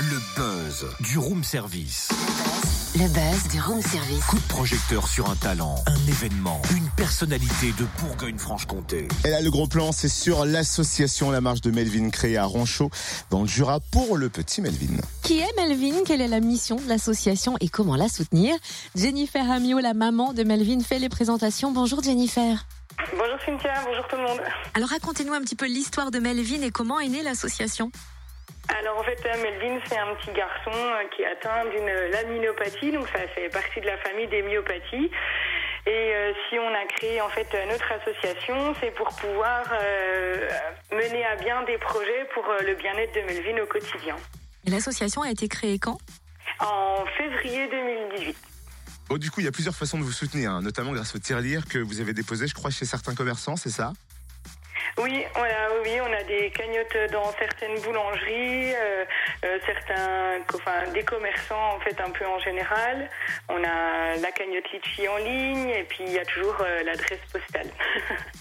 Le buzz du room service. Le buzz du room service. Coup de projecteur sur un talent, un événement, une personnalité de Bourgogne-Franche-Comté. Et là, le gros plan, c'est sur l'association La Marche de Melvin créée à Ronchot, dans le Jura, pour le petit Melvin. Qui est Melvin Quelle est la mission de l'association et comment la soutenir Jennifer Amiot, la maman de Melvin, fait les présentations. Bonjour Jennifer. Bonjour Cynthia, bonjour tout le monde. Alors racontez-nous un petit peu l'histoire de Melvin et comment est née l'association. Alors en fait, euh, Melvin, c'est un petit garçon euh, qui est atteint d'une euh, laminopathie, donc ça fait partie de la famille des myopathies. Et euh, si on a créé en fait euh, notre association, c'est pour pouvoir euh, mener à bien des projets pour euh, le bien-être de Melvin au quotidien. Et L'association a été créée quand En février 2018. Bon, du coup, il y a plusieurs façons de vous soutenir, hein, notamment grâce au tirelire que vous avez déposé, je crois, chez certains commerçants, c'est ça Oui, voilà, oui, oui, on a des cagnottes dans certaines boulangeries, euh, euh, certains, co- enfin, des commerçants en fait un peu en général. On a la cagnotte Litchi en ligne et puis il y a toujours euh, l'adresse postale.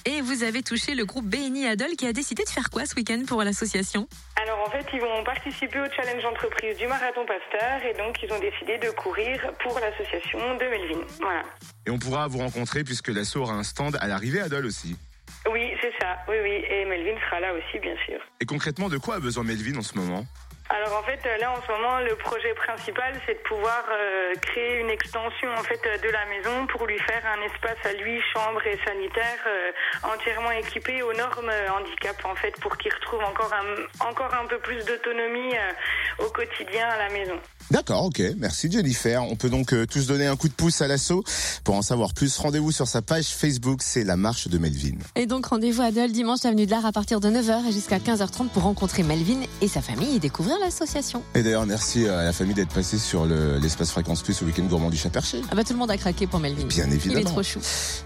Et vous avez touché le groupe BNI Adol qui a décidé de faire quoi ce week-end pour l'association Alors en fait, ils vont participer au challenge entreprise du Marathon Pasteur et donc ils ont décidé de courir pour l'association de Melvin. Voilà. Et on pourra vous rencontrer puisque l'asso aura un stand à l'arrivée à Dole aussi. Oui, c'est ça. Oui, oui. Et Melvin sera là aussi, bien sûr. Et concrètement, de quoi a besoin Melvin en ce moment Alors en fait, euh, là en ce moment, le projet principal, c'est de pouvoir euh, créer une extension en fait euh, de la maison pour lui faire un espace à lui, chambre et sanitaire euh, entièrement équipé aux normes euh, handicap en fait, pour qu'il retrouve encore un encore un peu plus d'autonomie euh, au quotidien à la maison. D'accord, ok, merci Jennifer. On peut donc euh, tous donner un coup de pouce à l'assaut. Pour en savoir plus, rendez-vous sur sa page Facebook, c'est La Marche de Melvin. Et donc rendez-vous à Adol dimanche avenue de l'Art à partir de 9h et jusqu'à 15h30 pour rencontrer Melvin et sa famille et découvrir l'association. Et d'ailleurs, merci à la famille d'être passée sur le- l'espace Fréquence Plus au week-end gourmand du Chat-Perché. Ah bah tout le monde a craqué pour Melvin. Bien Il est évidemment. trop chou.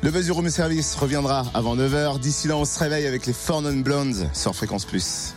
Le Buzz du Room Service reviendra avant 9h. D'ici là, on se réveille avec les Four Non Blondes sur Fréquence Plus.